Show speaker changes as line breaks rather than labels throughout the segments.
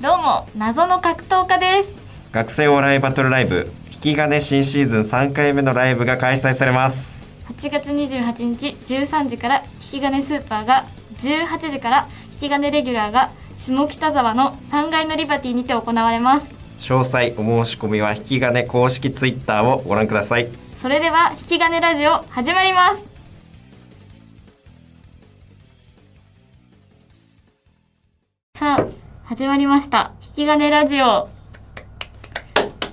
どうも謎の格闘家です
学生お笑いバトルライブ引き金新シーズン3回目のライブが開催されます
8月28日13時から引き金スーパーが18時から引き金レギュラーが下北沢の3階のリバティにて行われます
詳細お申し込みは引き金公式ツイッターをご覧ください
それでは引き金ラジオ始まりますさあ始まりました引き金ラジオ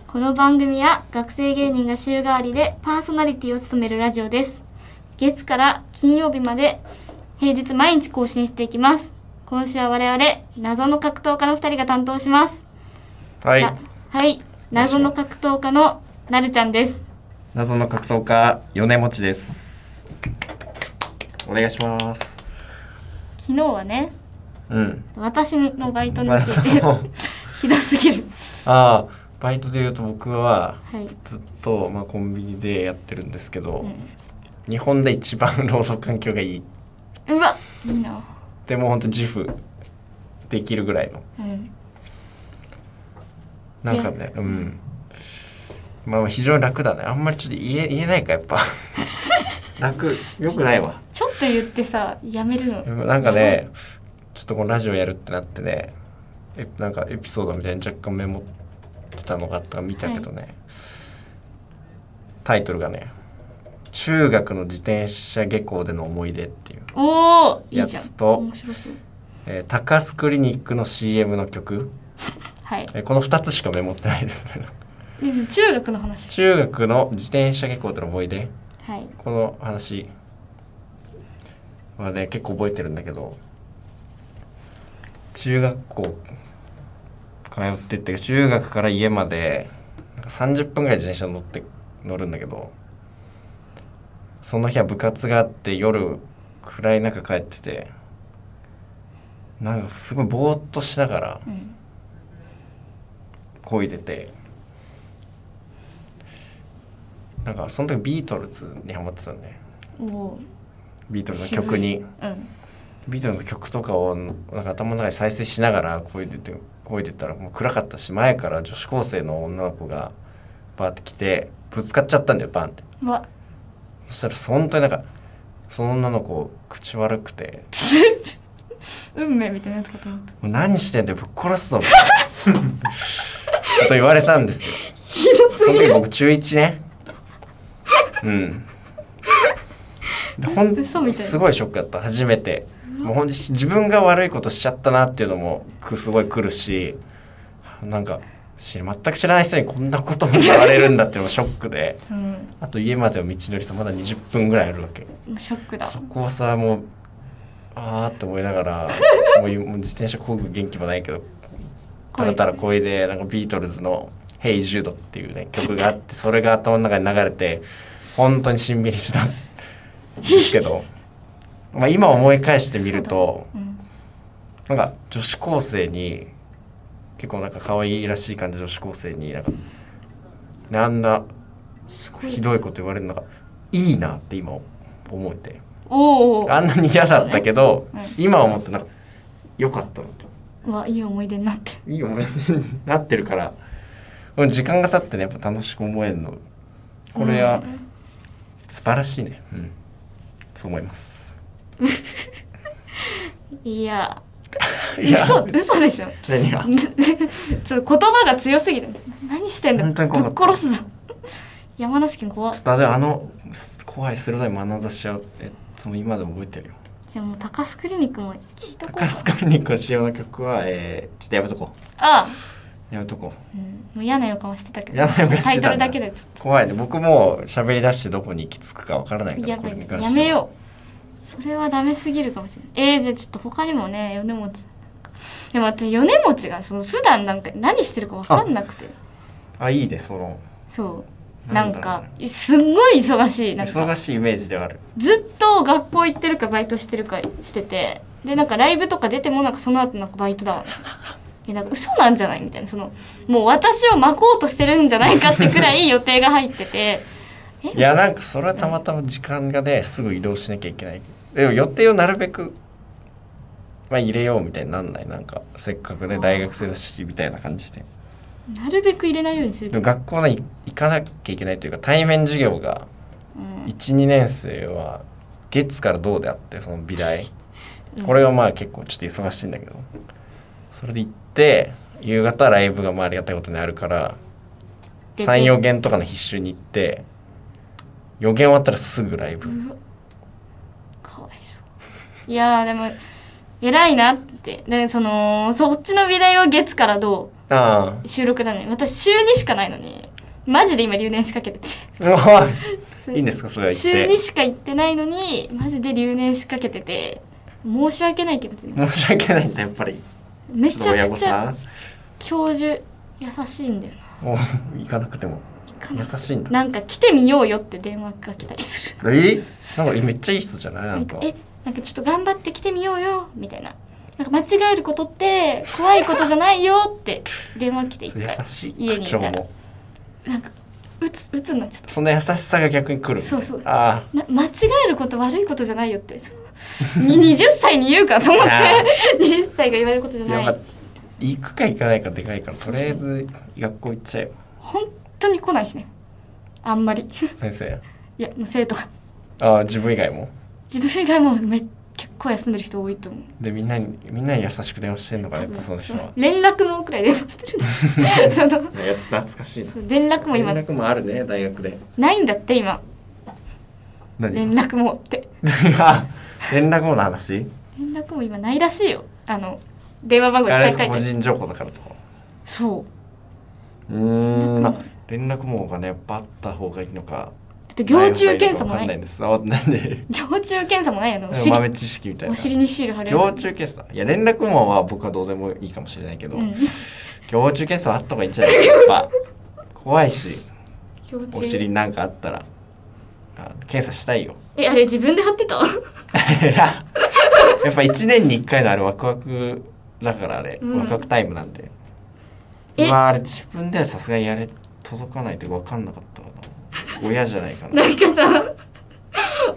この番組は学生芸人が週替わりでパーソナリティを務めるラジオです月から金曜日まで平日毎日更新していきます今週は我々謎の格闘家の2人が担当します
はい
あはい謎の格闘家のなるちゃんです
謎の格闘家米持ですお願いします
昨日はね
うん
私のバイトについて
あ
ひどすぎる
あバイトで言うと僕は
はい、
ずっと、まあ、コンビニでやってるんですけど、
う
日本で一番労働環境がいい
ん、うわいいな
でもうほんと自負できるぐらいの
うん
なんかねうんまあ非常に楽だねあんまりちょっと言え言えないかやっぱ楽よくないわ
ちょっと言ってさやめるの
うんなんかねちょっとこのラジオやるってなってねえなんかエピソードみたいに若干メモってたのがあったから見たけどね、タイトルがね「中学の自転車下校での思い出」っていう、
おおいいじゃ
や
ん
つと
面白そう
えー高須クリニックの CM の曲、
はい
えーこの2つしかメモってないですね
まず中学の話
中学の自転車下校での思い出
はい
この話はね結構覚えてるんだけど中学校通ってって中学から家までなんか30分ぐらい自転車乗って乗るんだけどその日は部活があって夜暗い中帰っててなんかすごいぼーっとしながら
うん
漕いでてなんかその時ビートルズにハマってたんで、ね、
おお
ビートルズの曲に
うん
ビートルズの曲とかをなんか頭の中で再生しながらこいでてこいでたらもう暗かったし前から女子高生の女の子がバーって来てぶつかっちゃったんだよバンって
うわ
そしたら本当になんかその女の子口悪くて
運命みたいなやつかと思った
「もう何してんだよぶっ殺すぞ」と言われたんですよ
ひどす
その
ぎ
時
る
僕中1ねうんでほん
嘘みたいな
すごいショックだった初めてもうほんと自分が悪いことしちゃったなっていうのもくすごい来るしなんかし全く知らない人にこんなことも言われるんだっていうのもショックで
うん
あと家までの道のりさまだ20分ぐらいあるわけ
ショックだ
そこはさもうあーって思いながらもういもう自転車工具元気もないけどたらたら声でなんかビートルズの「Hey Jude」っていうね曲があってそれが頭の中に流れて本当にしんみりしたんですけど まあ今思い返してみると
うん
なんか女子高生に結構なんか可愛いらしい感じの女子高生になんかねあんな
すごい
ひどいこと言われるのがいいなって今思えて
おお
あんなに嫌だったけど、
そうね
今思ってなんか良かったのと。
うわいい思い出になって
いい思い出になってるからうん時間が経ってねやっぱ楽しく思えるのこれ
う
は
ん
素晴らしいね、うん、そう思います
いや
いや
嘘嘘でしょ
何が
ちょっと言葉が強すぎる何してんだ
本当に怖かった
ぶっ殺すぞ山梨県怖っ
だってあのす怖い鋭い眼差しはえっと今でも覚えてるよ
じゃあもう高須クリニックも聞いとこう
高須クリニックの CM の曲は、えー、ちょっとやめとこ
ああ、
うやめとこう
うん、もう嫌な予感はしてたけど
嫌な予感し
タ
てたん
イ
だ
トルだけでちょっ
怖いね僕もう喋り出してどこに行き着くかわからない
と
から
や
これに
め
関して
や
は
めようそれはダメすぎるかもしれないえー、じゃあちょっと他にもね米持でも私米持がその普段なんか何してるか分かんなくて
あいいねその
そう
な
なんん
だろう
かすんごい忙しいなんか
忙しいイメージではある
ずっと学校行ってるかバイトしてるかしててでなんかライブとか出てもなんかその後なんかバイトだ わみたいなえなんか嘘なんじゃないみたいなそのもう私をまこうとしてるんじゃないかってくらい予定が入っててえ
いやなんかそれはたまたま時間がねすぐ移動しなきゃいけないでも予定をなるべくまあ入れようみたいになんないなんかせっかくね大学生だしみたいな感じで
なるべく入れないようにす
で
る
も学校に行かなきゃいけないというか対面授業が
うん
12年生は月からどうであってその美大
うん
これがまあ結構ちょっと忙しいんだけどそれで行って夕方ライブがまあありがたいことにあるから
出て
34予言とかの必修に行って予言終わったらすぐライブ
うわかわいそういやーでも偉いなってでそのそっちの美大は月からど
あ
う収録なのに私週2しかないのにマジで今留年しかけてて
あ いいんですかそれは言っ
週
て
2しか行ってないのにマジで留年しかけてて申し訳ない気持ちに
申し訳ないんだやっぱり
め
ちょっ
ち
と
ゃ
親
く
御
ち
さ
ゃ
ん
教授優しいんだよな
もう行かなくても
行か
優
な
しいんだ
なんか来てみようよって電話が来たりする
えなんかめっちゃいい人じゃないな
なんんか
か
えなんかちょっと頑張って来てみようよみたいななんか間違えることって怖いことじゃないよって電話来て一回
優しい
家にいた
今
ら
日も
なんかうつうつになっちゃっ
その優しさが逆に来るみたいな
そうそう
あ
たな間違えること悪いことじゃないよってそのに20歳に言うかと思って
いや
20歳が言われることじゃ
あ
な
や
い
っぱ行くか行かないかでかいから
そ
と
うそう
りあえず学校行っちゃえよ
本当に来ないしねあんまり
先生
いやもう生徒が
ああ自分以外も
自分以外もめ結構休んでる人多いと思う
でみんなにみんなに優しく電話してんのかなやっぱその人は
連絡もくらい電話してるんです その
いやちょっと懐かしいな
そう連絡も
連
今
絡もあるね大学で
ないんだって今連
何
絡もって
あ連絡もの話
連絡も今ないらしいよあの電話番号いっ
あ
ぱ
れで
い書
すか
いて
個
ある
人情報だからとか
そう
うーん
なん
あ
か
連絡網がねやっぱあった方がいいのか
あと蟯虫検査も
わ
な
かんない
い
ですあなんで
蟯虫検査もないあのお
なんか豆
尻
知識みたい
お
な
尻にシール貼るやつ
行中検査いや連絡網は僕はどうでもいいかもしれないけど、
うん
行中検査はあった方がいいんじゃないやっぱ 怖いし
蟯虫
お尻になんかあったらあ検査したいよ
えあれ自分で貼ってた
いややっぱ1年に1回のあれワクワクだからあれ、
うん
ワクワクタイムなんで
え
まああれ自分ではさすがにやれ届かないと分かんなかったかな親じゃないかな
なんかさ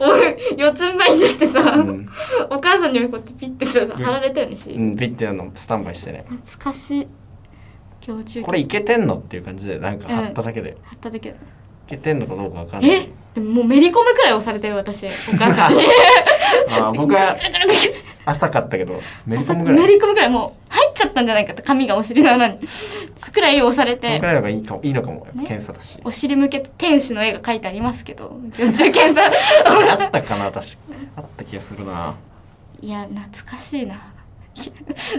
お四つん這いになってさ、
うん
お母さんにもこうやってピッてさ貼られたよねし、
うん、ビッてあのスタンバイしてね
懐かしい蟯虫検
これいけてんのっていう感じでなんか貼っただけで、い
査貼っただけだ
けてんのかどうかわかんない
えでももうめり込むくらい押されたよ私お母さんに
あー 僕 は浅かったけどめり込むぐら
め
い
り込むくらいもう入っちゃったんじゃないかと髪がお尻の穴につくらい押され
その
て
ぐらいの方がいいかもいいのかも、
ね
検査だ し
お尻向けて天使の絵が描いてありますけど幼虫検査
あったかな確かあった気がするな い
や懐かしいない や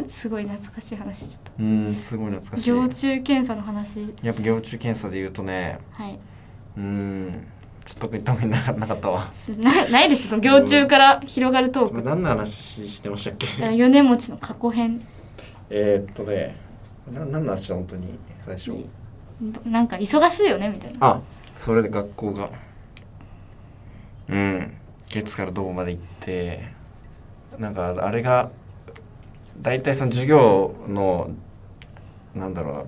すごい懐かしい話しちゃっ
うんすごい懐
た
かし
幼
い
虫検査の話
やっぱ行中検査で言うとね
はい
うんちょっと特に特になかなかったわ
なないですその幼虫から広がるト
こ
ー
れ
ク
何の話ししてましたっけ
あ米年持ちの過去編
えーっとねな何の話だ本当に最初
なんか忙しいよねみたいな
あそれで学校がうん月から土まで行ってなんかあれが大体その授業のなんだろうな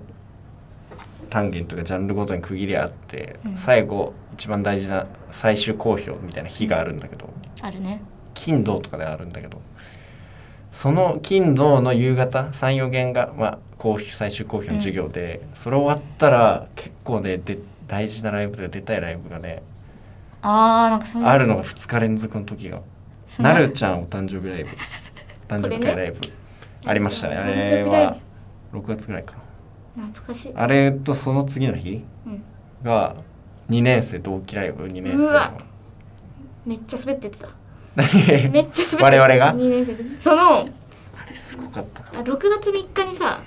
単元とかジャンルごとに区切りあって、
うん
最後一番大事な最終公表みたいな日があるんだけど
あるね
金土とかであるんだけどその金土の夕方34限が、まあ、公表最終公表の授業で、それ終わったら結構ねで大事なライブとか出たいライブがね、
あーなんかそういう
あるのが2日連続の時が、
そん
なるちゃんお誕生日ラ イブ誕生日会ライブ、ありましたねあれ
誕生日ライブ
は6月ぐらいか
懐かしい、
あれとその次の日
うん、
が2年生同期ライブ2年生
うわ
の
めっちゃ滑っててため
あ
っちゃ滑ってた
我々が
2年生でその
れすごか った
あ6月3日にさ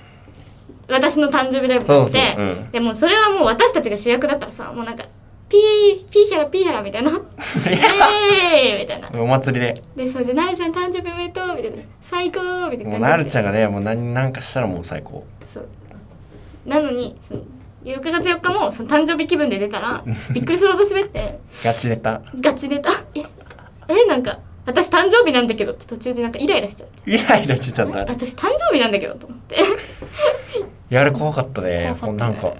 私の誕生日ライブがあっ
そうそう
て、
うん
でもうそれはもう私たちが主役だからさもうなんかピーピーヒャラピーヒャラみ たいなイエーイみたいな
お祭りで
でそれで「なるちゃん誕生日おめでとう」みたいな「最高」みたいな
も
感じ
うなるちゃん
が
がねもう何なんかしたらもう最高
そうなのにその6月4日もその誕生日気分で出たらびっくりするほど滑って
ガチネタ
ガチネタ「ええなんか私誕生日なんだけど」って途中でなんかイライラしちゃって
イライラしてたんだ
あ
あれい
私誕生日なんだけどと思 って
やあれ怖かったねもう
怖か
な
った
んか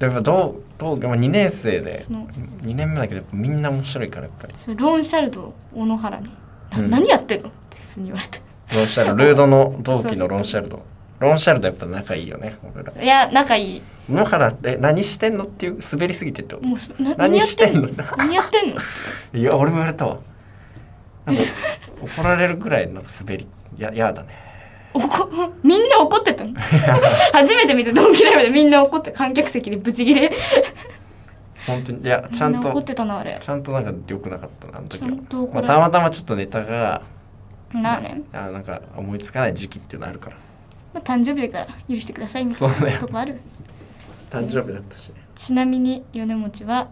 でもどうどうまあ2年生で
その
2年目だけどやっぱみんな面白いからやっぱり
そのロンシャルド小野原に「な
うん
何やってんの?」って普通に言われて
ロンシャルルードの同期のロンシャルドロンシャルドやっぱ仲いいよね俺ら
いや仲いい
野原え何してんのっていう滑りすぎてってこと
もうすな
何
やっ
して
てん
んの
の何やってんの
いや俺も言われたわなんか怒られるぐらいなんか滑りややだね
おこみんな怒って たの初めて見たドンキライブでみんな怒って観客席でブチギレ
本当にいやちゃ
み
ん
んな怒っ
と
てたのあれ
ちゃんとなんか良くなかったなあの時
ちゃんと
は、
怒ら
まあ、
れ
たまたまちょっとネタが
なあね
あなんか思いつかない時期っていうのあるから
まあ誕生日だから許してくださいみたい
そうだ
な
よ
とこある
誕生日だったしね
ちなみに米持は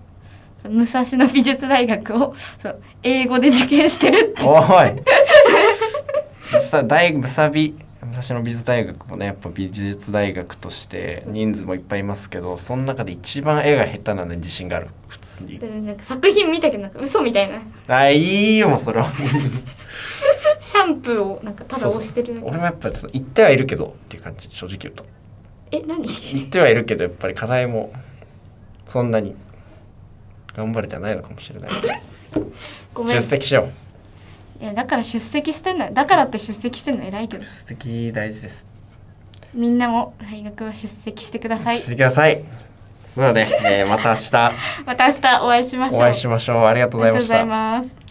そう武蔵野美術大学をそう英語で受験してるって
おいさ大学むさび武蔵野美術大学もねやっぱ美術大学として人数もいっぱいいますけどその中で一番絵が下手なのに自信がある普通に
でなんか作品見たけどなんか嘘みたいな
あいいよもうそれは
シャンプーをなんかただ
そうそう
押してるだけ
俺もやっぱその言ってはいるけどっていう感じ正直言うと
え 何
言ってはいるけどやっぱり課題もそんなに頑張れてはないのかもしれない
ごめん
出
い
席しよう
やだから出席してんのだからって出席してんの偉いけど
出席大事です
みんなも大学は出席してください
してください そうだね、えーまた明日
また明日お会いしましょう
お会いしましょうありがとうございました
ありがとうございます